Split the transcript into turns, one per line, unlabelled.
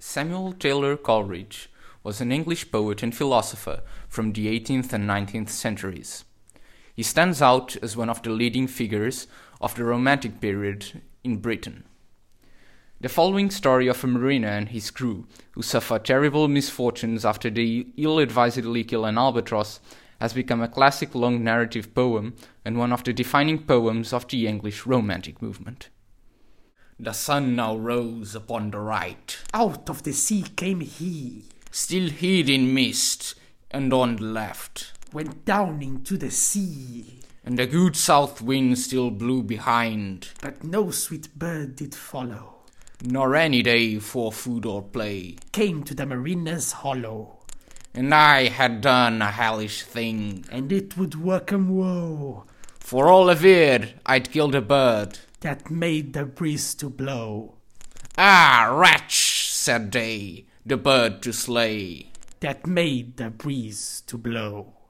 Samuel Taylor Coleridge was an English poet and philosopher from the 18th and 19th centuries. He stands out as one of the leading figures of the Romantic period in Britain. The following story of a mariner and his crew who suffer terrible misfortunes after they ill advisedly kill an albatross has become a classic long narrative poem and one of the defining poems of the English Romantic movement. The sun now rose upon the right,
Out of the sea came he,
still hid in mist, and on the left,
went down into the sea,
and the good south wind still blew behind,
but no sweet bird did follow.
nor any day for food or play.
Came to the mariner's hollow,
And I had done a hellish thing,
and it would work 'em woe,
for all averred I'd killed a bird.
that made the breeze to blow,
Ah, wretch, said they, the bird to slay.
that made the breeze to blow.